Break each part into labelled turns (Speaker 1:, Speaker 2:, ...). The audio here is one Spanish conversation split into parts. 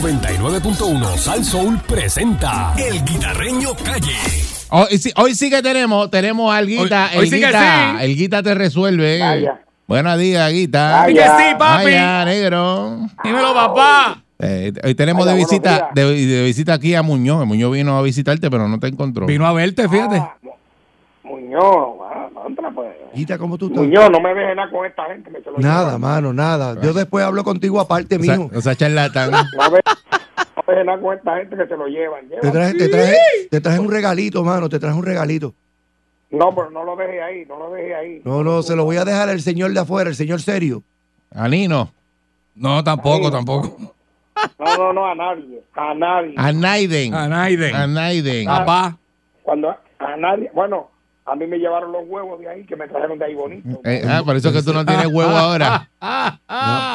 Speaker 1: 99.1 Sal Soul presenta El Guitarreño Calle.
Speaker 2: Hoy, sí- hoy sí que tenemos, tenemos al Guita.
Speaker 3: Hoy- hoy
Speaker 2: el,
Speaker 3: sí que
Speaker 2: Guita
Speaker 3: sí.
Speaker 2: el Guita te resuelve. eh.
Speaker 4: Vaya.
Speaker 2: Buenos días, Guita.
Speaker 4: Vaya.
Speaker 3: Y que sí, papi.
Speaker 2: Vaya, negro.
Speaker 3: Dímelo, papá.
Speaker 2: Eh, hoy tenemos
Speaker 4: Vaya,
Speaker 2: de
Speaker 4: buenos
Speaker 2: visita de, de visita aquí a Muñoz. Muñoz vino a visitarte, pero no te encontró.
Speaker 3: Vino a verte, fíjate.
Speaker 4: Ah, Mu- Muñoz, ah, contra, pues.
Speaker 5: Guita, ¿cómo tú estás?
Speaker 4: Muñoz, no me dejes nada con esta gente. Que se lo
Speaker 5: Nada,
Speaker 4: llevan.
Speaker 5: mano, nada. Yo después hablo contigo aparte,
Speaker 2: O sea,
Speaker 5: mijo.
Speaker 2: o sea, charlatán.
Speaker 4: No me, no me dejes nada con esta gente que se lo llevan.
Speaker 5: Te
Speaker 4: llevan.
Speaker 5: traje, te, traje, te traje un regalito, mano, te traje un regalito.
Speaker 4: No, pero no lo dejes ahí, no lo dejes ahí.
Speaker 5: No, no, se lo voy a dejar al señor de afuera, el señor serio.
Speaker 2: A Nino.
Speaker 3: No, tampoco, tampoco.
Speaker 4: No, no, no, a nadie, a nadie.
Speaker 2: A Naiden.
Speaker 3: A Naiden.
Speaker 2: A Naiden.
Speaker 3: Ah, Papá.
Speaker 4: Cuando a nadie, bueno, a mí me llevaron los huevos de ahí que me trajeron de ahí bonito.
Speaker 2: Eh, ah, por eso es que tú no tienes huevo ahora.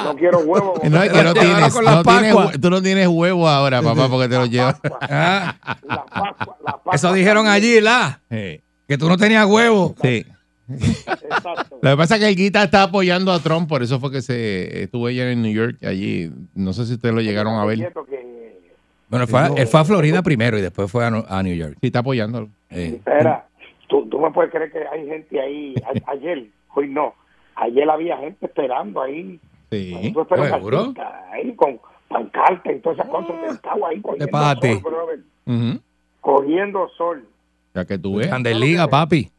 Speaker 4: No quiero huevos.
Speaker 2: No, es que no
Speaker 3: Te llevaron
Speaker 2: tienes,
Speaker 3: con las
Speaker 2: no tienes
Speaker 3: Pascuas.
Speaker 2: hue- Tú no tienes huevo ahora, papá, porque te lo llevas.
Speaker 3: Ah,
Speaker 4: La Pascua, la Pascua
Speaker 3: eso dijeron
Speaker 4: también.
Speaker 3: allí, la.
Speaker 2: Sí.
Speaker 3: Que tú no tenías huevo.
Speaker 2: Sí.
Speaker 4: Exacto.
Speaker 2: Lo que pasa es que el Guita está apoyando a Trump, por eso fue que se estuvo ella en New York allí. No sé si ustedes lo llegaron a ver.
Speaker 4: Siento que-
Speaker 3: Bueno, fue a, él fue a Florida primero y después fue a, Nu- a New York.
Speaker 2: Sí, está apoyándolo.
Speaker 3: Eh,
Speaker 4: Espera, tú, tú me puedes creer que hay gente ahí a- ayer, hoy no. Ayer había gente esperando ahí.
Speaker 2: Sí.
Speaker 4: Tú esperas
Speaker 3: ¿Seguro?
Speaker 4: artistas ahí con pancarta y todas esas cosas.
Speaker 5: Ah,
Speaker 4: sentado ahí cogiendo
Speaker 3: pate.
Speaker 4: sol, brother,
Speaker 2: Ujú.
Speaker 4: Cogiendo sol.
Speaker 2: Ya que tú ves.
Speaker 3: Candeliga, papi.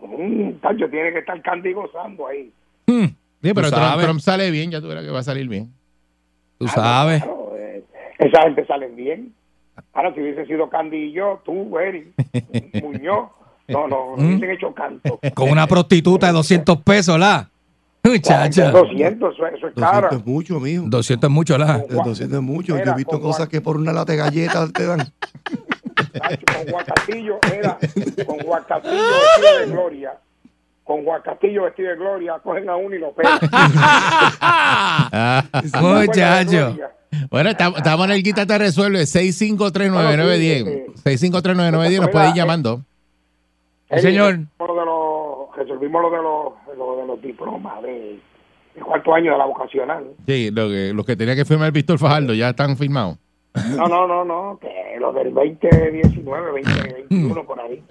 Speaker 4: Mm, tacho, tiene que estar Candy gozando ahí.
Speaker 3: Mm,
Speaker 2: Sí, pero
Speaker 3: Tú
Speaker 2: Trump,
Speaker 3: sabes.
Speaker 2: Trump sale bien, ya tú verás que va a salir bien.
Speaker 3: Tú sabes.
Speaker 4: Claro, eh, esa gente salen bien. Ahora, si hubiese sido Candy y yo, tú, Eri, Muñoz, no, no, no hubiesen hecho canto.
Speaker 3: Con una prostituta de 200 pesos, la. Muchacha.
Speaker 4: 200, eso, eso es
Speaker 5: 200
Speaker 4: cara.
Speaker 5: es mucho, mijo.
Speaker 3: 200 es mucho, la.
Speaker 5: Eh, 200 es mucho. Yo
Speaker 4: Mira,
Speaker 5: he visto
Speaker 4: con
Speaker 5: cosas
Speaker 4: Juan-
Speaker 5: que por una lata de galletas te dan.
Speaker 4: Tacho, con Guacatillo era, con Guacatillo vestido de gloria, con Guacatillo vestido de gloria, cogen a uno y lo pegan.
Speaker 2: Ah,
Speaker 3: Muchacho.
Speaker 2: bueno, estamos estamos en el Guita te resuelve. 6539910. 6539910 nos
Speaker 4: eh,
Speaker 2: puede ir llamando.
Speaker 3: Sí, señor.
Speaker 4: Lo de los, resolvimos lo de los, lo de los diplomas de, de cuarto año de la vocacional.
Speaker 2: Sí, lo que, los que tenía que firmar Víctor Fajardo ya están firmados.
Speaker 4: No, no, no, no, que lo del 2019, 2021, por ahí.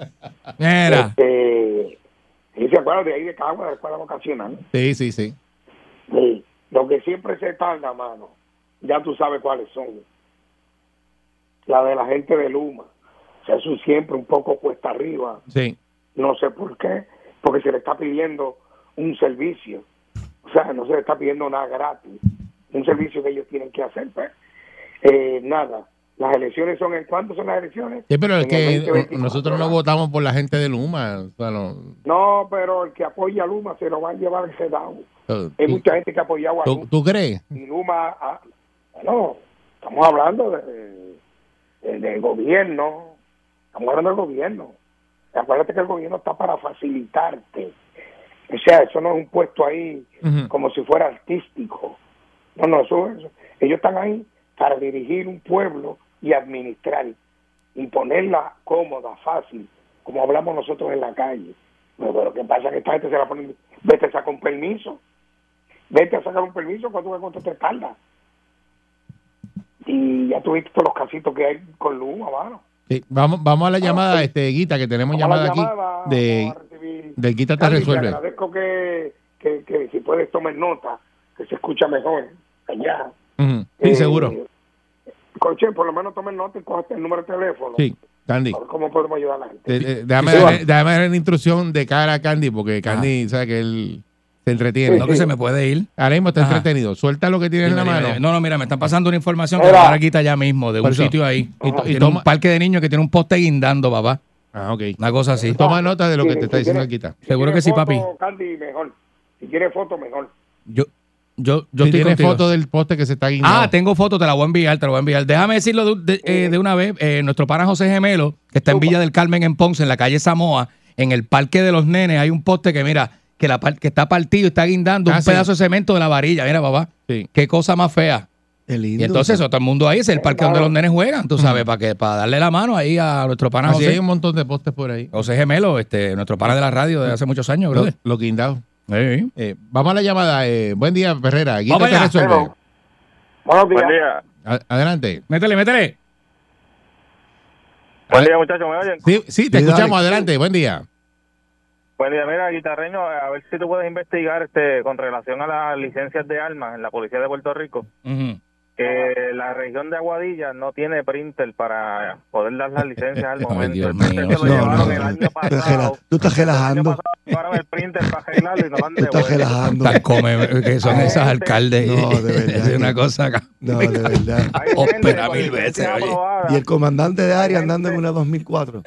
Speaker 3: Mira.
Speaker 4: Este, y se acuerdan de ahí de Cagua, de la escuela vocacional.
Speaker 2: Sí, sí, sí.
Speaker 4: Sí, lo que siempre se tarda, mano, ya tú sabes cuáles son. La de la gente de Luma. O sea, eso siempre un poco cuesta arriba.
Speaker 2: Sí.
Speaker 4: No sé por qué, porque se le está pidiendo un servicio. O sea, no se le está pidiendo nada gratis. Un servicio que ellos tienen que hacer. pues. Eh, nada. Las elecciones son en cuánto son las elecciones?
Speaker 2: Sí, pero es
Speaker 4: En el
Speaker 2: que
Speaker 4: 2024,
Speaker 2: nosotros no
Speaker 4: ¿verdad?
Speaker 2: votamos por la gente de Luma. O sea, no-
Speaker 4: No, pero el que apoya a Luma se lo va a llevar ese down. Hay
Speaker 2: tú-
Speaker 4: mucha gente que ha apoyado a Luma.
Speaker 2: ¿Tú, tú crees?
Speaker 4: y Luma, ah, bueno, estamos hablando de, de- de gobierno, estamos hablando del gobierno. Acuérdate que el gobierno está para facilitarte. O sea, eso no es un puesto ahí
Speaker 2: Ujú.
Speaker 4: como si fuera artístico. No, no, eso, eso- ellos están ahí para dirigir un pueblo y administrar y ponerla cómoda, fácil, como hablamos nosotros en la calle. Pero, pero ¿qué pasa? Que esta gente se la pone, vete a sacar un permiso, vete a sacar un permiso cuando cuánto te tarda. Y ya tuviste todos los casitos que hay con Luma, mano.
Speaker 2: Sí, vamos, vamos a la llamada, este Guita, que tenemos
Speaker 4: Ah, Vamos a
Speaker 2: llamada
Speaker 4: la
Speaker 2: aquí.
Speaker 4: llamada,
Speaker 2: De,
Speaker 4: vamos a recibir-
Speaker 2: del Guita te
Speaker 4: Carly,
Speaker 2: resuelve.
Speaker 4: Te agradezco que, que, que si puedes tomar nota, que se escucha mejor allá.
Speaker 2: Ujú, sí,
Speaker 4: Eh,
Speaker 2: seguro.
Speaker 4: Coche, por lo menos tomen nota y coge el número de teléfono.
Speaker 2: Sí, Candy.
Speaker 4: A ver cómo podemos ayudar a la gente.
Speaker 2: Eh, eh, déjame,
Speaker 4: Sí,
Speaker 2: dar,
Speaker 4: va. Ah.
Speaker 2: déjame dar la instrucción de cara a Candy, porque Candy sabe que él se entretiene.
Speaker 3: No que se me puede ir.
Speaker 2: Ahora mismo está
Speaker 3: Ajá.
Speaker 2: entretenido. Suelta lo que tiene en la
Speaker 3: Dime, dime,
Speaker 2: mano.
Speaker 3: dime. No, no, mira, me están pasando una información que
Speaker 4: Mira.
Speaker 3: me quita ya mismo de
Speaker 2: Por
Speaker 3: un
Speaker 2: eso.
Speaker 3: sitio ahí.
Speaker 2: Y
Speaker 3: Y,
Speaker 2: to- y
Speaker 3: tiene
Speaker 2: toma-
Speaker 3: un parque de niños que tiene un poste guindando, papá.
Speaker 2: Ah, ok.
Speaker 3: Una cosa así.
Speaker 2: Toma nota de lo
Speaker 4: Sí,
Speaker 2: que te
Speaker 4: si
Speaker 2: está diciendo el
Speaker 4: quieres-
Speaker 2: Guita.
Speaker 4: si
Speaker 3: Seguro
Speaker 4: quieres
Speaker 3: que sí, papi.
Speaker 4: foto, Candy, mejor. Si quieres foto, mejor.
Speaker 3: Yo, yo, yo
Speaker 2: Si
Speaker 3: estoy
Speaker 2: tienes
Speaker 3: contigo.
Speaker 2: foto del poste que se está guindando.
Speaker 3: Ah, tengo foto, te la voy a enviar, te la voy a enviar. Déjame decirlo de, de- eh, de una vez. eh, nuestro pana José Gemelo, que está en Villa del Carmen, en Ponce, en la calle Samoa, en el Parque de los Nenes, hay un poste que, mira, que, la, par- que está partido, está guindando
Speaker 2: Ah,
Speaker 3: un
Speaker 2: sí.
Speaker 3: pedazo de cemento de la varilla. Mira, papá,
Speaker 2: Sí.
Speaker 3: qué cosa más fea.
Speaker 5: Es lindo.
Speaker 3: Y entonces, eso, todo el mundo ahí, es el parque donde los nenes juegan, tú sabes, para que para darle la mano ahí a nuestro pana
Speaker 2: Mm. Así
Speaker 3: José.
Speaker 2: hay un montón de postes por ahí.
Speaker 3: José Gemelo, este, nuestro pana de la radio de hace muchos años,
Speaker 2: Lo,
Speaker 3: Ah, brother.
Speaker 2: lo guindado.
Speaker 3: Sí.
Speaker 2: Eh, vamos a la llamada. eh, buen día, Perrera. Guita
Speaker 3: Vamos
Speaker 2: te
Speaker 3: allá.
Speaker 2: resuelve.
Speaker 4: Buenos días.
Speaker 6: Buen día.
Speaker 2: A- adelante.
Speaker 3: Métele, métele.
Speaker 6: Buen día, muchachos, ¿me oyen?
Speaker 2: Sí, sí, te
Speaker 5: Sí, dale.
Speaker 2: escuchamos. Adelante. Buen día.
Speaker 6: Buen día, mira, guitarreño, a ver si tú puedes investigar este con relación a las licencias de armas en la policía de Puerto Rico.
Speaker 3: Ujú.
Speaker 6: Que la región de Aguadilla no tiene printer para poder dar las licencias al
Speaker 3: Ay,
Speaker 6: momento.
Speaker 3: Dios
Speaker 6: El printer
Speaker 3: mío.
Speaker 6: se lo
Speaker 5: No,
Speaker 6: llevaron
Speaker 5: no,
Speaker 6: el
Speaker 5: no.
Speaker 6: año
Speaker 5: Tú estás
Speaker 6: pasado.
Speaker 5: rela- tú estás
Speaker 6: El año
Speaker 5: relajando.
Speaker 6: pasado llevaron el printer para arreglarlo y no lo han
Speaker 5: Tú estás
Speaker 6: devuelto.
Speaker 5: relajando.
Speaker 3: Tan come que son esos alcaldes.
Speaker 5: No, de verdad.
Speaker 3: es una cosa. ca-
Speaker 5: No, de verdad.
Speaker 6: Hay gente
Speaker 3: Ópera
Speaker 6: con
Speaker 3: mil
Speaker 6: licencia
Speaker 3: veces, oye.
Speaker 6: aprobada.
Speaker 5: Y el comandante de área andando
Speaker 4: Este-
Speaker 5: en una 2004.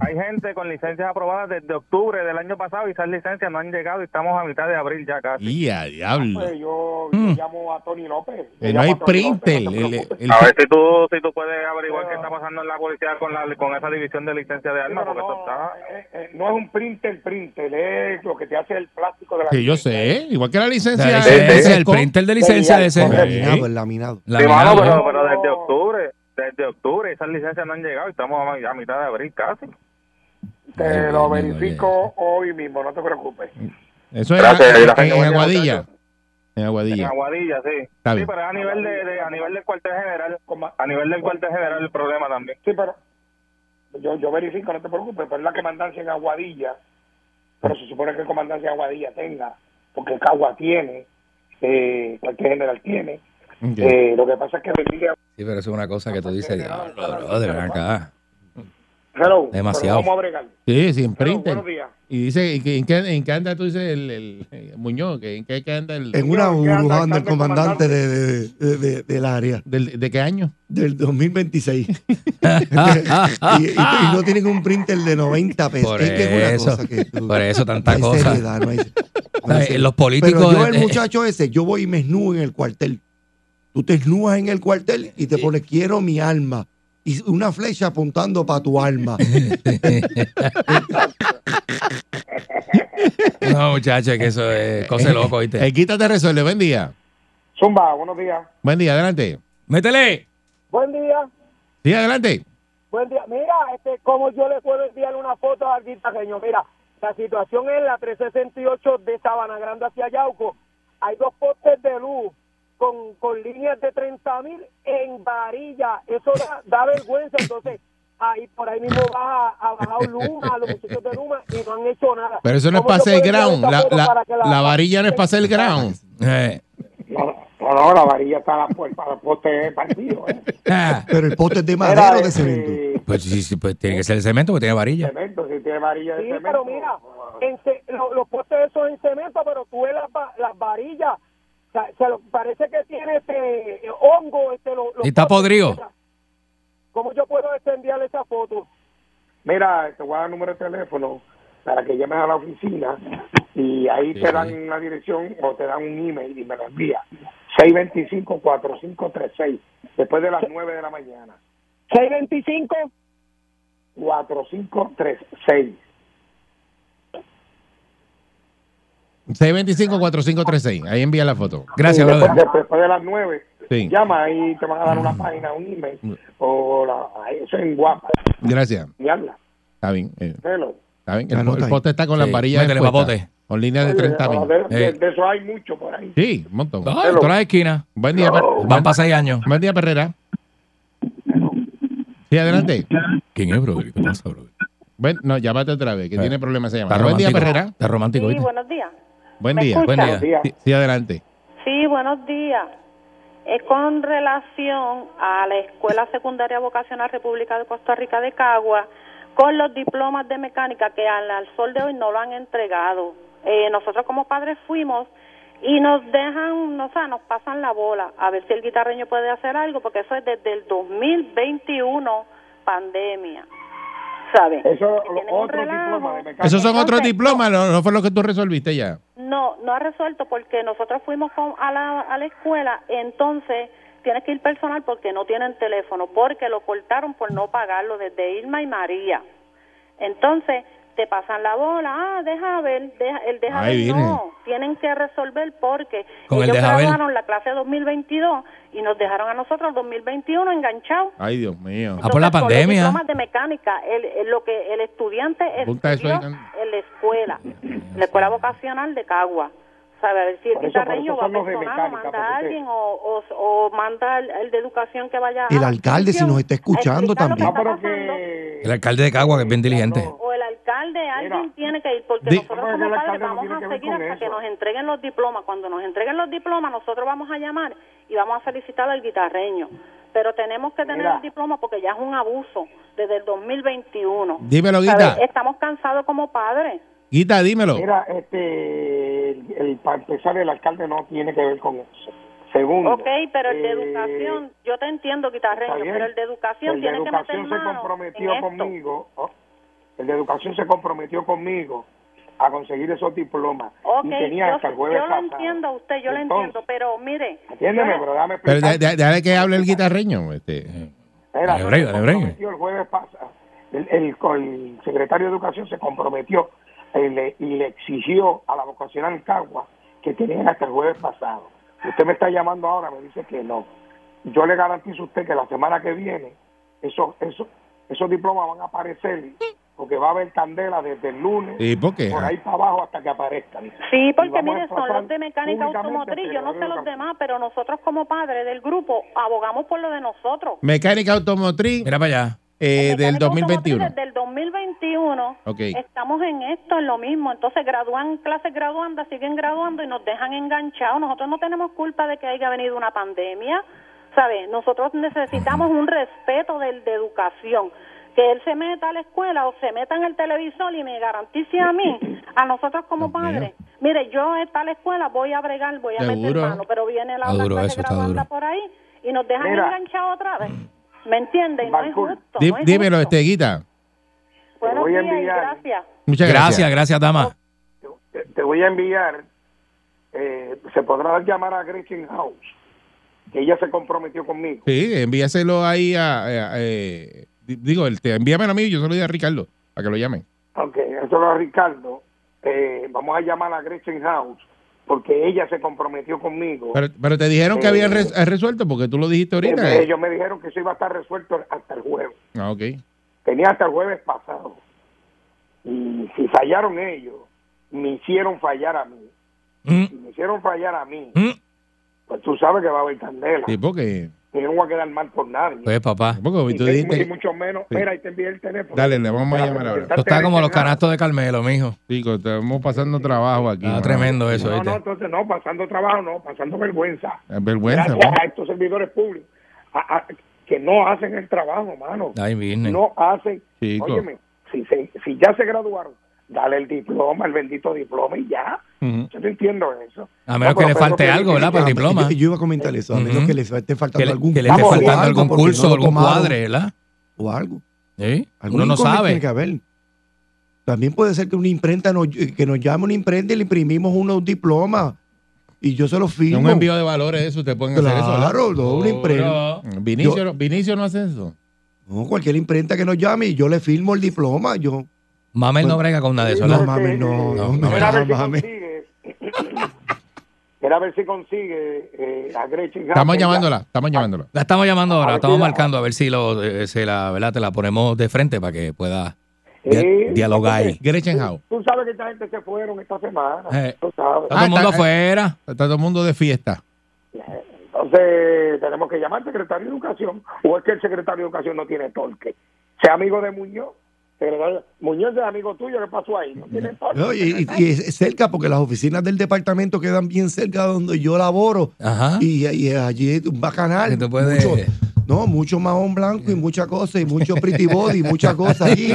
Speaker 6: Hay gente con licencias aprobadas desde octubre del año pasado y esas licencias no han llegado y estamos a mitad de abril ya casi.
Speaker 2: Y a diablo.
Speaker 4: Pues yo, yo llamo a Tony López. Yo
Speaker 2: Que Eh, no
Speaker 4: llamo
Speaker 2: hay
Speaker 4: a Tony López,
Speaker 2: printer. eh.
Speaker 4: no
Speaker 2: El-
Speaker 4: te
Speaker 2: el-
Speaker 4: preocupes.
Speaker 2: el-
Speaker 6: A ver si tú, si tú puedes averiguar qué está pasando en la policía con, la, con esa división de licencia de
Speaker 4: Sí,
Speaker 6: armas,
Speaker 4: pero
Speaker 6: porque esto
Speaker 4: no,
Speaker 6: está...
Speaker 4: eh, eh, no es un printer, printer, es lo que te hace el plástico de la.
Speaker 2: Sí, yo sé. ¿eh? Igual que la licencia.
Speaker 3: La
Speaker 2: de
Speaker 3: licencia, el
Speaker 2: Seco.
Speaker 3: printer de licencia de ese.
Speaker 2: Correcto.
Speaker 5: Laminado, el laminado.
Speaker 6: Sí, mano,
Speaker 3: Laminado,
Speaker 6: pero,
Speaker 3: ¿eh?
Speaker 6: pero desde octubre, desde octubre esas licencias no han llegado y estamos a, a mitad de abril casi.
Speaker 4: Te
Speaker 3: Ay,
Speaker 4: lo
Speaker 3: Dios mío,
Speaker 4: verifico hoy mismo, no te preocupes.
Speaker 2: Eso es
Speaker 6: Gracias,
Speaker 2: en-
Speaker 6: gracias,
Speaker 2: en,
Speaker 6: buen día,
Speaker 2: Aguadilla. En
Speaker 6: En
Speaker 2: Aguadilla.
Speaker 6: Aguadilla, sí.
Speaker 2: Está
Speaker 6: Sí,
Speaker 2: bien.
Speaker 6: pero es a nivel, de, de- a nivel del cuartel general,
Speaker 4: Coma-
Speaker 6: a nivel del cuartel general el problema también.
Speaker 4: Sí, pero yo, yo verifico, no te preocupes, pero es la comandancia en Aguadilla, pero se supone que el comandancia en Aguadilla tenga, porque Cagua tiene, eh, cualquier general tiene.
Speaker 2: Ok.
Speaker 4: Eh, lo que pasa es que bendiga
Speaker 3: Sí, pero eso es una cosa que tú dices. Diablo, brother, ven acá.
Speaker 4: Hello,
Speaker 3: Demasiado.
Speaker 4: pero Vamos a bregar.
Speaker 2: Sí, sin
Speaker 4: Hello,
Speaker 2: printer.
Speaker 4: buenos días.
Speaker 2: Y dice, ¿y que- en, qué, ¿en qué anda tú dices el, el- eh, Muñoz? que ¿En qué, qué anda el,
Speaker 5: En una
Speaker 4: Ya, ya,
Speaker 5: burbuja
Speaker 4: anda
Speaker 5: anda el
Speaker 4: el comandante.
Speaker 5: comandante de, de- de- de- del área
Speaker 2: del- de qué año?
Speaker 5: del 2026. y,
Speaker 3: Ah,
Speaker 5: y- y no tienen un printer de 90 pesos.
Speaker 3: Por
Speaker 5: es que es
Speaker 3: eso,
Speaker 5: una cosa que tú-
Speaker 3: por eso tanta
Speaker 5: no hay
Speaker 3: cosa. eh,
Speaker 5: seriedad, no hay- no hay
Speaker 3: Ay,
Speaker 5: seriedad.
Speaker 3: los políticos
Speaker 5: Pero yo,
Speaker 3: de-
Speaker 5: el muchacho ese, yo voy y me esnudo en el cuartel. Tú te esnudas en el cuartel y te pones, quiero mi alma. Y una flecha apuntando para tu alma.
Speaker 3: No, muchachos, es que eso es cosa de loco, ¿viste?
Speaker 2: Eh, quítate resuelve. Buen día.
Speaker 4: Zumba, buenos días.
Speaker 2: Buen día, adelante.
Speaker 3: ¡Métele!
Speaker 7: Buen día,
Speaker 2: eh, Sí, adelante.
Speaker 7: buen día. Mira, este, como yo le puedo enviar una foto al guitarreño. Mira, la situación es la 368 de Sabana Grande hacia Yauco. Hay dos postes de luz con, con líneas de 30 mil en varilla. Eso da, da vergüenza. Entonces, ahí por ahí mismo baja, ha bajado Luma, los muchachos de Luma, y no han hecho nada.
Speaker 2: Pero eso no es
Speaker 7: ¿Cómo
Speaker 2: para
Speaker 7: yo
Speaker 2: hacer
Speaker 7: puedo enviar
Speaker 2: ground.
Speaker 7: esta
Speaker 2: La,
Speaker 7: foto
Speaker 2: la-
Speaker 7: para que
Speaker 2: la varilla no es para hacer ground.
Speaker 3: Eh,
Speaker 4: No, no, no, la varilla está a la puerta, la poste es partido. ¿eh?
Speaker 3: ah,
Speaker 5: Pero el poste es de madera o
Speaker 4: Era,
Speaker 5: de
Speaker 4: este,
Speaker 5: cemento.
Speaker 3: Pues sí, sí, pues tiene que ser el cemento porque tiene varilla.
Speaker 4: Cemento, si tiene varilla de
Speaker 7: Sí,
Speaker 4: cemento.
Speaker 7: pero mira, en ce- lo- los postes esos en cemento, pero tú ves las, va- las varillas. o sea, se lo- parece que tiene este eh, hongo. Este, lo- los
Speaker 3: Y está
Speaker 7: postes.
Speaker 3: podrido.
Speaker 7: ¿Cómo yo puedo este, enviarle esa foto?
Speaker 4: Mira, te voy a dar el número de teléfono para que llames a la oficina y ahí te dan la dirección o te dan un email y me lo envías. 625-4536, después de las 9 de la mañana.
Speaker 7: 625.
Speaker 4: 4536.
Speaker 2: 625-4536. Ahí envía la foto.
Speaker 3: Gracias,
Speaker 4: después,
Speaker 3: brother.
Speaker 4: después de las 9,
Speaker 2: Sí.
Speaker 4: llama y te van a dar una página, un email.
Speaker 3: Mm.
Speaker 4: O la, ay, eso en guapa.
Speaker 2: Gracias.
Speaker 4: Y habla.
Speaker 2: Está bien. eh,
Speaker 4: Hello.
Speaker 2: está bien. El,
Speaker 5: Anota
Speaker 2: po- el
Speaker 5: ahí.
Speaker 2: poste está con las
Speaker 3: Sí,
Speaker 2: varillas.
Speaker 3: métele,
Speaker 2: expuestas,
Speaker 3: papote.
Speaker 2: Con líneas de 30
Speaker 4: Oye,
Speaker 2: mil.
Speaker 4: de- de-
Speaker 3: Eh.
Speaker 4: de eso hay mucho por ahí.
Speaker 2: Sí, un montón.
Speaker 3: Ay, todas las esquinas.
Speaker 2: Buen día, Per-
Speaker 3: Van para seis años.
Speaker 2: buen día, Perrera. Sí, adelante.
Speaker 3: ¿Quién es, brother? ¿Qué pasa, brother?
Speaker 2: Buen- no, llámate otra vez, que
Speaker 3: Eh.
Speaker 2: tiene problemas esa
Speaker 3: Está
Speaker 2: llamada. Buen día,
Speaker 3: romántico.
Speaker 2: Perrera.
Speaker 3: Está romántico,
Speaker 8: Sí,
Speaker 3: ¿viste?
Speaker 8: buenos días.
Speaker 2: Buen
Speaker 8: ¿Me
Speaker 2: día.
Speaker 8: escucha?
Speaker 3: Buen día.
Speaker 4: Buenos días.
Speaker 2: Sí, sí, adelante.
Speaker 8: Sí, buenos días. Es con relación a la Escuela Secundaria Vocacional República de Costa Rica de Cagua, con los diplomas de mecánica que al, al sol de hoy no lo han entregado. Eh, nosotros como padres fuimos y nos dejan, no, o sea, nos pasan la bola, a ver si el guitarreño puede hacer algo, porque eso es desde el 2021, pandemia. ¿Sabe?
Speaker 4: Eso
Speaker 8: Que
Speaker 4: lo-
Speaker 8: tienen un
Speaker 4: otro
Speaker 8: relajo.
Speaker 4: diploma de mecánica.
Speaker 2: Esos son otros
Speaker 8: Entonces,
Speaker 2: diplomas, no, no fue lo que tú resolviste ya.
Speaker 8: No, no ha resuelto porque nosotros fuimos con- a, la, a la escuela, entonces tienes que ir personal porque no tienen teléfono, porque lo cortaron por no pagarlo desde Irma y María. Entonces te pasan la bola, ah, deja ver, deja, el deja
Speaker 2: Ahí
Speaker 8: ver,
Speaker 2: viene.
Speaker 8: no, tienen que resolver porque
Speaker 3: Con el
Speaker 8: ellos
Speaker 3: deja ver.
Speaker 8: graduaron la clase 2022 y nos dejaron a nosotros 2021 enganchados.
Speaker 2: Ay, Dios mío.
Speaker 3: Ah, por la
Speaker 8: Entonces, con los
Speaker 3: pandemia.
Speaker 8: diplomas de mecánica, el, el- lo que el estudiante
Speaker 2: Apunta eso
Speaker 8: estudió
Speaker 2: ahí, Can-
Speaker 8: en la escuela, la escuela vocacional de Cagua. sabe a ver si el
Speaker 4: Por eso- por
Speaker 8: guitarreño
Speaker 4: eso
Speaker 8: va a
Speaker 4: son los de
Speaker 8: personar o
Speaker 4: mecánica,
Speaker 8: manda a
Speaker 4: porque
Speaker 8: alguien o, o, o manda al- el de educación que vaya
Speaker 5: El
Speaker 8: a-
Speaker 5: alcalde, si nos está
Speaker 8: a explicar
Speaker 5: escuchando
Speaker 8: lo que
Speaker 5: también.
Speaker 4: No,
Speaker 8: está
Speaker 4: pero
Speaker 8: pasando.
Speaker 4: que...
Speaker 3: El alcalde de Cagua, que es bien diligente.
Speaker 8: o el alcalde, alguien
Speaker 4: Mira.
Speaker 8: tiene que ir, porque
Speaker 3: Di-
Speaker 8: nosotros
Speaker 4: Pero
Speaker 8: como
Speaker 4: el
Speaker 8: padres
Speaker 4: alcalde no
Speaker 8: vamos
Speaker 4: tiene que
Speaker 8: a
Speaker 4: ver
Speaker 8: seguir
Speaker 4: con
Speaker 8: hasta que
Speaker 4: eso.
Speaker 8: nos entreguen los diplomas. Cuando nos entreguen los diplomas, nosotros vamos a llamar y vamos a felicitar al guitarreño. Pero tenemos que tener
Speaker 4: Mira.
Speaker 8: el diploma porque ya es un abuso desde el 2021.
Speaker 2: Dímelo,
Speaker 8: ¿Sabes?
Speaker 2: Guita.
Speaker 8: Estamos cansados como padres.
Speaker 2: Guita, dímelo.
Speaker 4: Mira, este, el, el- para empezar, el alcalde no tiene que ver con eso. Segundo.
Speaker 8: Ok, pero el de
Speaker 4: eh,
Speaker 8: educación, yo te entiendo,
Speaker 4: está
Speaker 8: guitarreño,
Speaker 4: bien.
Speaker 8: pero el de educación
Speaker 4: El de
Speaker 8: tiene que
Speaker 4: educación
Speaker 8: meter
Speaker 4: se
Speaker 8: mano
Speaker 4: comprometió
Speaker 8: en esto.
Speaker 4: conmigo. oh, el de educación se comprometió conmigo a conseguir esos diplomas.
Speaker 8: Ok,
Speaker 4: y tenía
Speaker 8: yo,
Speaker 4: hasta el jueves
Speaker 8: yo lo
Speaker 4: pasado.
Speaker 8: entiendo a usted, yo lo
Speaker 4: Entonces,
Speaker 8: entiendo, pero mire,
Speaker 4: Atiéndeme,
Speaker 8: yo-
Speaker 4: pero dame
Speaker 2: Pero de- de- déjale que hable el guitarreño. Este.
Speaker 4: Era,
Speaker 3: Dale break,
Speaker 4: se
Speaker 3: dale break.
Speaker 4: comprometió El jueves pasado, el, el- el secretario de Educación se comprometió eh, le- y le exigió a la vocacional Cagua que tenían hasta el jueves pasado. Usted me está llamando ahora, me dice que no. Yo le garantizo a usted que la semana que viene esos esos esos diplomas van a aparecer porque va a haber candela desde el lunes
Speaker 2: ¿Y por qué?
Speaker 4: por ahí para abajo hasta que aparezcan.
Speaker 8: Sí,
Speaker 4: Y
Speaker 8: porque
Speaker 4: vamos a
Speaker 8: mire, son
Speaker 4: enfrentar
Speaker 8: los de mecánica
Speaker 4: públicamente
Speaker 8: automotriz, yo no sé los
Speaker 4: alrededor de la-
Speaker 8: demás, pero nosotros como padres del grupo abogamos por lo de nosotros.
Speaker 2: Mecánica automotriz
Speaker 3: Mira para allá.
Speaker 2: eh,
Speaker 8: Mecánica
Speaker 2: del
Speaker 8: automotriz
Speaker 2: 2021.
Speaker 8: Desde el 2021
Speaker 2: Ok.
Speaker 8: estamos en esto, en lo mismo. Entonces gradúan clases graduandas, siguen graduando y nos dejan enganchados. Nosotros no tenemos culpa de que haya venido una pandemia, ¿sabes? Nosotros necesitamos un respeto del de educación. Que él se meta a la escuela o se meta en el televisor y me garantice a mí, a nosotros como
Speaker 3: Dios mío.
Speaker 8: padres. Mire, yo está a la escuela, voy a bregar, voy a meter
Speaker 2: Seguro.
Speaker 8: mano, pero viene la
Speaker 3: Está
Speaker 8: otra
Speaker 3: duro
Speaker 8: clase
Speaker 3: eso, está
Speaker 8: graduanda
Speaker 3: duro. Mm.
Speaker 8: por ahí y nos dejan
Speaker 4: Mira.
Speaker 8: enganchados otra vez. ¿Me entiendes? No es
Speaker 4: Balcour.
Speaker 8: justo.
Speaker 2: Di-
Speaker 8: no es
Speaker 2: dímelo,
Speaker 8: justo.
Speaker 2: este, Guita.
Speaker 8: Buenos
Speaker 4: voy a
Speaker 8: días y
Speaker 4: enviar.
Speaker 8: gracias.
Speaker 2: Muchas gracias.
Speaker 3: Gracias, gracias, dama.
Speaker 4: te, te voy a enviar, eh, se podrá llamar a Gretchen House, que ella se comprometió conmigo.
Speaker 2: Sí, envíaselo ahí a. a- a- eh, di- digo, el, te, envíamelo a mí y yo se lo doy a Ricardo para que lo llamen.
Speaker 4: Aunque eso lo Ricardo, eh, vamos a llamar a Gretchen House, porque ella se comprometió conmigo.
Speaker 2: Pero, pero te dijeron que
Speaker 4: Eh,
Speaker 2: habían res- resuelto porque tú lo dijiste
Speaker 4: Eh,
Speaker 2: ahorita.
Speaker 4: ellos me dijeron que eso iba a estar resuelto hasta el jueves.
Speaker 2: Ah, ok.
Speaker 4: Tenía hasta el jueves pasado. Y si fallaron ellos, me hicieron fallar a mí.
Speaker 3: Mm,
Speaker 4: Si me hicieron fallar a mí,
Speaker 3: mm.
Speaker 4: pues tú sabes que va a haber candela.
Speaker 2: Sí, porque.
Speaker 4: Y yo no voy a quedar mal por nadie.
Speaker 3: Pues, papá.
Speaker 2: porque
Speaker 4: Y
Speaker 2: tú
Speaker 4: te-
Speaker 2: dijiste.
Speaker 4: y mucho menos.
Speaker 2: Sí.
Speaker 4: Mira, ahí te envié el teléfono.
Speaker 2: Dale, le vamos a llamar ahora.
Speaker 3: Esto está como los canastos de Carmelo, mijo.
Speaker 2: Chicos, estamos pasando trabajo aquí.
Speaker 3: Está
Speaker 2: mano.
Speaker 3: Ah, tremendo eso,
Speaker 4: No, no,
Speaker 3: ¿viste?
Speaker 4: entonces no, pasando trabajo no, pasando vergüenza.
Speaker 2: Es Vergüenza.
Speaker 4: Gracias
Speaker 2: ¿no?
Speaker 4: a estos servidores públicos a- a- que no hacen el trabajo, mano.
Speaker 3: Ay, business.
Speaker 4: No hacen.
Speaker 2: Chico.
Speaker 4: Óyeme, si, se- si ya se graduaron, dale el diploma, el bendito diploma y ya.
Speaker 2: Ujú.
Speaker 4: Yo no entiendo eso.
Speaker 3: A menos
Speaker 4: No, pero
Speaker 3: que le
Speaker 4: Pedro
Speaker 3: falte
Speaker 4: tiene
Speaker 3: algo,
Speaker 4: que-
Speaker 3: ¿verdad? Por
Speaker 5: Ah,
Speaker 3: pues, diploma.
Speaker 5: Yo, yo iba a comentar eso, a menos
Speaker 3: Ujú.
Speaker 5: que le esté
Speaker 3: Que
Speaker 5: faltando
Speaker 3: le,
Speaker 5: algún
Speaker 3: que le esté
Speaker 4: Vamos,
Speaker 5: o
Speaker 3: faltando
Speaker 5: algo,
Speaker 3: algún
Speaker 5: porque
Speaker 3: curso,
Speaker 5: no lo
Speaker 3: algún
Speaker 5: tomaron,
Speaker 3: cuadre, ¿verdad?
Speaker 5: O algo.
Speaker 3: ¿Sí?
Speaker 5: Algún
Speaker 3: Uno no
Speaker 5: inconveniente
Speaker 3: sabe.
Speaker 5: Tiene que haber. También puede ser que una imprenta, nos- que nos llame una imprenta y le imprimimos unos diplomas y yo se los
Speaker 2: Y
Speaker 5: firmo.
Speaker 2: Un envío de valores, eso, te pueden hacer eso. ¿verdad?
Speaker 5: Claro, no, una imprenta.
Speaker 3: Seguro.
Speaker 2: Vinicio, no- Vinicio no hace eso.
Speaker 5: No, cualquier imprenta que nos llame y yo le firmo el diploma. Yo,
Speaker 3: Mamel no brega con nada de eso,
Speaker 5: no
Speaker 3: ¿verdad?
Speaker 5: mames, no,
Speaker 3: No,
Speaker 5: no,
Speaker 3: no,
Speaker 5: no,
Speaker 4: Mira a ver si
Speaker 5: mames.
Speaker 4: consigue. Mira a ver si consigue eh, a Gretchen.
Speaker 2: Estamos
Speaker 3: Ah,
Speaker 4: Hagen,
Speaker 2: llamándola, estamos llamándola.
Speaker 3: La estamos llamando
Speaker 4: A
Speaker 3: ahora,
Speaker 4: ver
Speaker 3: estamos
Speaker 4: si la-
Speaker 3: marcando a ver si lo, eh, se la, ¿verdad? te la ponemos de frente para que pueda
Speaker 4: ya.
Speaker 3: dia-
Speaker 4: Eh,
Speaker 3: dialogar ahí.
Speaker 2: Gretchen Howe.
Speaker 4: Tú sabes que esta gente se fueron esta semana.
Speaker 3: Eh.
Speaker 4: Tú sabes.
Speaker 3: Está todo el mundo
Speaker 2: Ah, está-
Speaker 3: afuera.
Speaker 2: Está todo el mundo de fiesta.
Speaker 4: Entonces, tenemos que llamar al secretario de Educación. ¿O es que el secretario de Educación no tiene torque? Sea amigo de Muñoz. Secretario- Muñoz es amigo tuyo. ¿Qué pasó ahí? No tiene torque.
Speaker 5: No, y, y- y es cerca, porque las oficinas del departamento quedan bien cerca de donde yo laboro.
Speaker 3: Ajá.
Speaker 5: Y, y allí es un
Speaker 3: Que
Speaker 5: bacanal.
Speaker 3: tú puedes-
Speaker 5: mucho- no, mucho mahón blanco y mucha cosa, y mucho pretty body, y mucha cosa allí.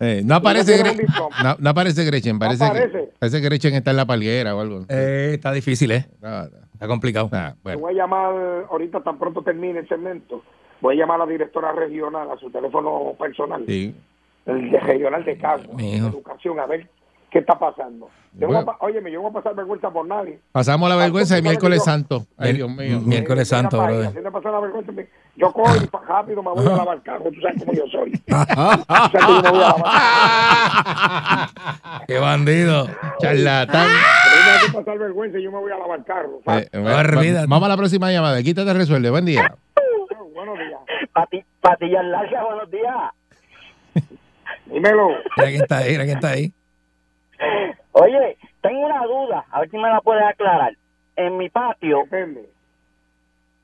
Speaker 2: Eh, no, aparece
Speaker 4: No
Speaker 2: Gre-
Speaker 4: tiene un diploma.
Speaker 2: no, no aparece Gretchen. Parece, Que,
Speaker 4: aparece.
Speaker 2: parece que Gretchen está en la palguera o algo.
Speaker 3: Eh, está difícil, ¿eh?
Speaker 2: No, no,
Speaker 3: Está complicado.
Speaker 2: no,
Speaker 4: Te
Speaker 2: bueno.
Speaker 4: Voy a llamar, ahorita tan pronto termine el segmento, voy a llamar a la directora regional, a su teléfono personal,
Speaker 2: Sí.
Speaker 4: el de regional de Cagua,
Speaker 3: Mijo.
Speaker 4: de educación, a ver qué está pasando. Yo
Speaker 2: Bueno.
Speaker 4: no voy a pa- óyeme, yo no voy a pasar vergüenza por nadie.
Speaker 2: Pasamos
Speaker 3: Ah,
Speaker 2: la vergüenza de
Speaker 4: Tú sabes que
Speaker 2: miércoles
Speaker 4: yo-
Speaker 2: santo. Ay,
Speaker 3: Mier-
Speaker 2: Dios mío.
Speaker 3: Miércoles
Speaker 4: Mira
Speaker 3: santo,
Speaker 4: pa' ahí,
Speaker 3: brother.
Speaker 4: haciendo pasar la vergüenza, me- Yo cojo y pa- rápido me voy a lavar carro, tú sabes cómo yo soy. Tú sabes que yo me voy a lavar.
Speaker 5: Ah.
Speaker 3: ¡Qué bandido!
Speaker 2: Charlatán.
Speaker 3: Ah.
Speaker 4: Pero yo no voy a pasar vergüenza y yo me voy a lavar carro.
Speaker 2: Eh, va- va-
Speaker 3: Olvídate.
Speaker 2: vamos a la próxima llamada. Quítate te resuelve. Buen día.
Speaker 4: Buenos días.
Speaker 7: Pati, patillas largas, buenos días.
Speaker 4: Dímelo.
Speaker 3: Mira quién está ahí, mira quién está ahí.
Speaker 7: Oye,
Speaker 9: Tengo una duda, a ver si me la puedes aclarar. En mi patio,
Speaker 4: Depende.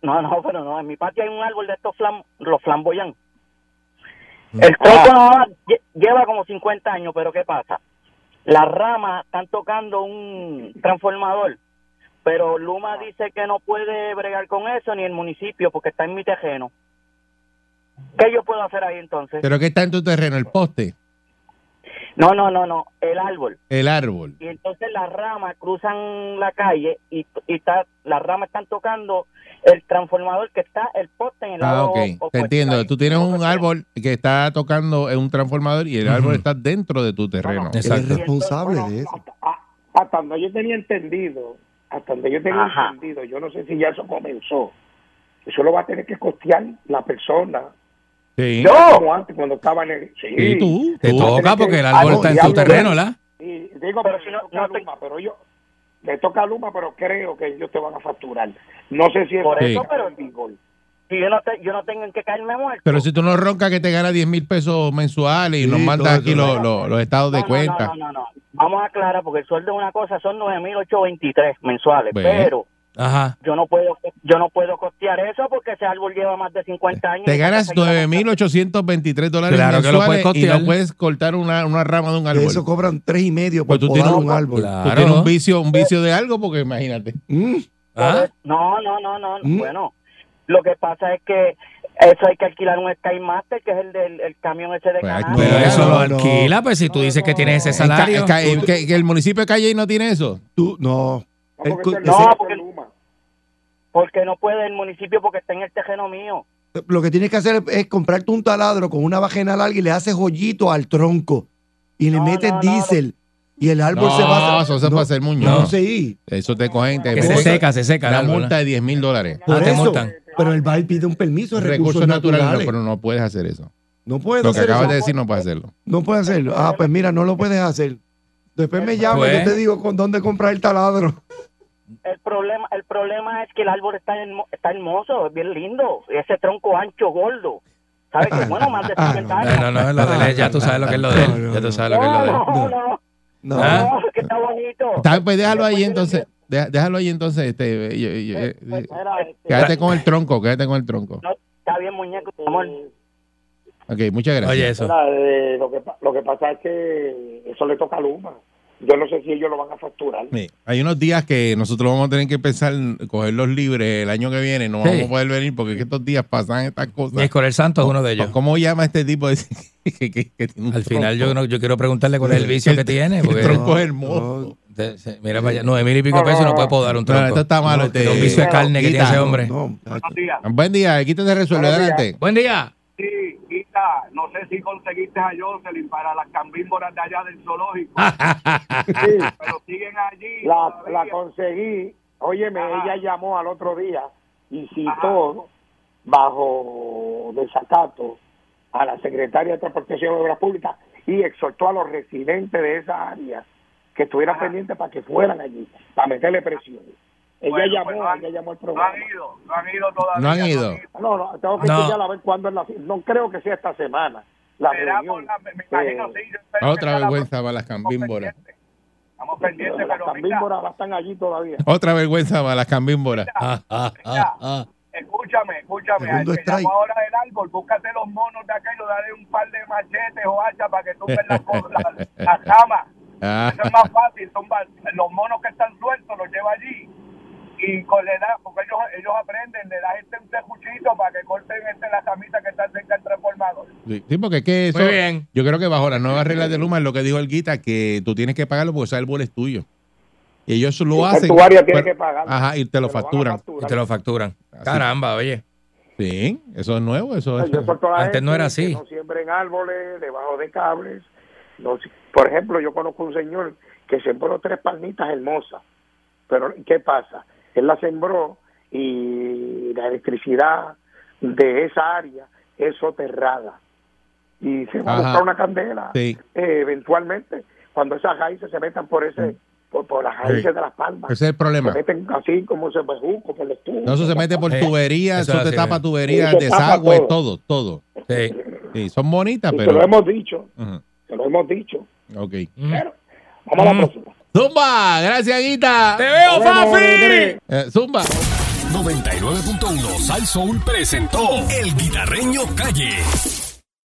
Speaker 9: no, no, pero no, en mi patio hay un árbol de estos flam, los flamboyán.
Speaker 4: Mm.
Speaker 9: El coco nada más lle- lleva como 50 años, pero ¿qué pasa? Las ramas están tocando un transformador, pero Luma dice que no puede bregar con eso ni el municipio porque está en mi tejeno. ¿Qué yo puedo hacer ahí entonces?
Speaker 2: Pero que está en tu terreno, el poste,
Speaker 9: No, no, no, no, el árbol.
Speaker 2: el árbol.
Speaker 9: y entonces las ramas cruzan la calle y, y está, las ramas están tocando el transformador que está el poste en el
Speaker 2: Ah,
Speaker 9: lado
Speaker 2: ok.
Speaker 3: pues,
Speaker 9: opuesto.
Speaker 2: Te entiendo. Tú tienes un
Speaker 9: Opuesto.
Speaker 2: árbol que está tocando en un transformador y el
Speaker 3: Ujú.
Speaker 2: árbol está dentro de tu terreno.
Speaker 5: Él es
Speaker 3: Exacto.
Speaker 5: responsable de eso.
Speaker 4: Hasta, a- hasta donde yo tenía entendido, hasta donde yo tenía
Speaker 9: Ajá.
Speaker 4: entendido, yo no sé si ya eso comenzó. Eso lo va a tener que costear la persona.
Speaker 2: Sí.
Speaker 4: Como antes, cuando estaba en el. Sí, Ah,
Speaker 2: Y tú,
Speaker 3: Te
Speaker 2: tú.
Speaker 4: Tú.
Speaker 3: toca porque el árbol está en tu terreno, ¿la?
Speaker 4: Y digo,
Speaker 9: Pero
Speaker 4: pero,
Speaker 9: si
Speaker 4: le
Speaker 9: no-
Speaker 4: toca
Speaker 9: no
Speaker 4: a
Speaker 9: te-
Speaker 4: Luma, pero yo. Le toca a Luma, pero creo que ellos te van a facturar. No sé si
Speaker 9: Por
Speaker 2: eso,
Speaker 4: está
Speaker 9: pero-
Speaker 4: en vigor.
Speaker 9: Si yo no, te- yo no tengo en qué caerme muerto.
Speaker 2: Pero si tú no roncas que te ganas 10 mil pesos mensuales y
Speaker 5: Sí,
Speaker 2: nos mandas
Speaker 5: todo
Speaker 2: aquí
Speaker 5: eso.
Speaker 2: los, los- los estados
Speaker 9: No,
Speaker 2: de
Speaker 9: no,
Speaker 2: cuenta.
Speaker 9: No, no, no, no. Vamos a aclarar porque el sueldo es una cosa, son 9.823 mensuales,
Speaker 2: Bueno.
Speaker 9: pero
Speaker 3: Ajá.
Speaker 9: yo no puedo yo no puedo costear eso porque ese árbol lleva más de 50 años.
Speaker 2: Te ganas 9.823 dólares
Speaker 3: Claro que lo
Speaker 2: mensuales y
Speaker 3: puedes costear.
Speaker 2: no puedes cortar una, una rama de un
Speaker 5: De
Speaker 2: árbol.
Speaker 5: eso cobran tres y medio por
Speaker 2: Pues tú
Speaker 5: podar
Speaker 2: tienes-
Speaker 5: un árbol.
Speaker 3: Claro.
Speaker 2: Tú tienes un vicio, un vicio de algo porque imagínate.
Speaker 5: Mm,
Speaker 3: ¿Ah?
Speaker 9: No, no, no, no.
Speaker 5: ¿Mm?
Speaker 9: Bueno, lo que pasa es que eso hay que alquilar un Skymaster, que es el del el camión ese de
Speaker 2: Pues,
Speaker 9: Canadá.
Speaker 3: Pero
Speaker 5: No,
Speaker 3: eso
Speaker 5: Ah, no,
Speaker 3: lo
Speaker 5: no.
Speaker 3: alquila, pues si tú dices que tienes ese
Speaker 2: En ca-
Speaker 3: salario.
Speaker 2: en ca- en que, que el municipio de Calle no tiene eso.
Speaker 5: tú, no.
Speaker 4: No,
Speaker 5: El
Speaker 4: porque
Speaker 5: cu-
Speaker 4: eso es
Speaker 9: No,
Speaker 4: lo que
Speaker 9: porque-
Speaker 4: hace Luma.
Speaker 9: Porque no puede el municipio porque está en el tejeno mío.
Speaker 5: Lo que tienes que hacer es comprarte un taladro con una bajena larga y le haces hoyito al tronco y le
Speaker 9: No,
Speaker 5: metes
Speaker 9: no, no,
Speaker 5: diésel y el árbol
Speaker 2: no,
Speaker 5: se va
Speaker 2: eso se va a hacer muñoz.
Speaker 5: No, sí.
Speaker 2: Eso te cogen, te
Speaker 3: Que se
Speaker 5: Bolsa.
Speaker 2: multan.
Speaker 3: seca, se seca. el
Speaker 2: la
Speaker 3: árbol,
Speaker 2: multa de 10 mil dólares.
Speaker 3: Ah,
Speaker 5: Por
Speaker 3: te
Speaker 5: eso.
Speaker 3: multan.
Speaker 5: Pero el BAI pide un permiso de recursos,
Speaker 2: Recursos naturales,
Speaker 5: naturales.
Speaker 2: no, pero no puedes hacer eso.
Speaker 5: No puedes
Speaker 2: Lo que
Speaker 5: hacer
Speaker 2: acabas
Speaker 5: eso.
Speaker 2: de decir no puedes hacerlo.
Speaker 5: No puedes hacerlo. Ah, pues mira, no lo puedes hacer. Después me llamas y
Speaker 3: Pues.
Speaker 5: yo te digo con dónde comprar el taladro.
Speaker 9: El problema el problema es que el árbol está, hermo- está hermoso, es bien lindo. Ese tronco ancho, gordo. ¿Sabes qué? Bueno, más de 50
Speaker 3: No,
Speaker 9: años.
Speaker 3: no, no, es lo de él. Ya tú sabes lo que es lo de él. Ya tú sabes lo que es lo de él.
Speaker 9: no, no,
Speaker 5: No.
Speaker 3: Ah.
Speaker 9: no, que está bonito.
Speaker 2: Está- pues déjalo ahí entonces. Deja- Déjalo ahí entonces. Este, yo- yo-
Speaker 9: Pues,
Speaker 2: yo-
Speaker 9: pues, mira, este,
Speaker 2: quédate con el tronco, quédate con el tronco.
Speaker 9: no, está bien, muñeco, amor.
Speaker 2: Ok, muchas gracias.
Speaker 3: Oye,
Speaker 6: Ah.
Speaker 3: eso.
Speaker 4: Mira, eh, lo, que, pa- lo que pasa es que eso le toca a Luma. Yo no sé si ellos lo van a facturar.
Speaker 2: Sí. Hay unos días que nosotros vamos a tener que empezar a coger los libres el año que viene. No
Speaker 3: Sí.
Speaker 2: vamos a poder venir porque es que estos días pasan estas
Speaker 3: Y
Speaker 2: cosas.
Speaker 3: Escolar Santos es uno de ellos.
Speaker 2: ¿Cómo llama este tipo? de- que- que- que tiene un
Speaker 3: Al final
Speaker 2: tronco?
Speaker 3: yo, no- yo quiero preguntarle cuál es el vicio que tiene.
Speaker 2: El
Speaker 3: Porque
Speaker 2: tronco es
Speaker 5: no.
Speaker 2: hermoso.
Speaker 3: de- se- mira para allá, nueve mil y pico de pesos no puede podar un
Speaker 2: No, no, esto
Speaker 3: tronco.
Speaker 2: está malo.
Speaker 5: No,
Speaker 2: este-
Speaker 3: Los vicios de carne que tiene
Speaker 2: Quita.
Speaker 3: ese hombre.
Speaker 5: No, muchacho.
Speaker 2: Buen día, aquí te resuelve. Adelante.
Speaker 3: Buen día.
Speaker 10: Sí, Guita, no sé si conseguiste a Jocelyn para las cambímboras de allá del zoológico,
Speaker 3: Ah.
Speaker 4: Sí,
Speaker 10: pero siguen allí.
Speaker 4: la,
Speaker 10: todavía.
Speaker 4: la conseguí. Óyeme,
Speaker 10: Ajá.
Speaker 4: ella llamó al otro día y citó bajo desacato a la secretaria de Transportación y Obras Públicas y exhortó a los residentes de esa área que estuvieran pendientes para que fueran allí, para meterle presión. Ella
Speaker 10: Bueno,
Speaker 4: llamó,
Speaker 10: pues no han-
Speaker 4: ella llamó al
Speaker 10: No
Speaker 4: programa.
Speaker 10: han ido, no han ido todavía.
Speaker 2: No han ido.
Speaker 4: No, no, tengo que
Speaker 3: No.
Speaker 4: chequear a ver cuándo es la No creo que sea esta semana. La
Speaker 10: Será por
Speaker 4: reunión.
Speaker 10: la- me- me imagino,
Speaker 4: Eh,
Speaker 10: sí, yo espero que sea
Speaker 2: Otra
Speaker 10: la-
Speaker 2: vergüenza para las
Speaker 10: estamos
Speaker 2: cambímboras.
Speaker 10: pendientes. Estamos pendientes,
Speaker 4: Las
Speaker 10: pero Guita,
Speaker 4: cambímboras están allí todavía.
Speaker 2: Otra vergüenza para las cambímboras.
Speaker 3: Ah, ah, ah, ah.
Speaker 10: escúchame, escúchame.
Speaker 5: Segundo
Speaker 10: al que
Speaker 5: strike.
Speaker 10: llamó ahora del árbol, búscate los monos de aquello, dale un par de machetes o hachas para que tumben las co- la, la cama.
Speaker 2: Ah,
Speaker 10: Eso es más fácil, son va- los monos que están sueltos los lleva allí y con le da, porque ellos, ellos aprenden, le das este un tejuchito para que corten este la camisa que está cerca del transformador.
Speaker 2: sí, sí, porque es que eso.
Speaker 3: Muy bien.
Speaker 2: Yo creo que bajo las nuevas reglas de Luma, lo que dijo el Guita, que tú tienes que pagarlo porque ese árbol es tuyo. Y ellos lo
Speaker 4: En
Speaker 2: hacen.
Speaker 4: tu área tienes
Speaker 2: pero-
Speaker 4: que pagar.
Speaker 2: Ajá, y te lo
Speaker 4: Te lo van a
Speaker 2: facturan.
Speaker 3: Y te lo facturan.
Speaker 2: Así.
Speaker 3: Caramba, oye.
Speaker 2: Sí, eso es nuevo, eso es.
Speaker 4: Yo suelto a la
Speaker 3: Antes
Speaker 4: gente
Speaker 3: no era
Speaker 4: que
Speaker 3: así.
Speaker 4: No siembren árboles debajo de cables. No si- por ejemplo, yo conozco un señor que sembró tres palmitas hermosas. Pero, ¿qué pasa? Él las sembró y la electricidad de esa área es soterrada. Y se va a
Speaker 2: Ajá.
Speaker 4: buscar una candela
Speaker 2: Sí.
Speaker 4: eh, eventualmente cuando esas raíces se metan por ese por, por las raíces
Speaker 2: Mm. Sí.
Speaker 4: de las palmas.
Speaker 2: Ese es el problema.
Speaker 4: Se meten así como se pues, bejuco por los tubos.
Speaker 2: No, eso se mete por
Speaker 3: Sí,
Speaker 2: tuberías,
Speaker 3: Eh, eso
Speaker 2: eso
Speaker 3: es
Speaker 2: te
Speaker 3: así,
Speaker 2: tapa
Speaker 3: mira.
Speaker 2: tuberías,
Speaker 4: Sí, te tapa
Speaker 2: desagüe, todo,
Speaker 4: todo.
Speaker 2: Pues todo.
Speaker 3: Sí.
Speaker 2: Sí, son bonitas,
Speaker 4: Y se
Speaker 2: pero.
Speaker 4: lo hemos dicho,
Speaker 2: Ajá,
Speaker 4: se lo hemos dicho.
Speaker 2: Ok.
Speaker 4: Pero, vamos a
Speaker 3: Mm.
Speaker 4: la próxima.
Speaker 2: Zumba, gracias, Guita.
Speaker 3: ¡Te veo, Fafi!
Speaker 2: Eh, Zumba.
Speaker 1: 99.1 Sal Soul presentó El Guitarreño Calle.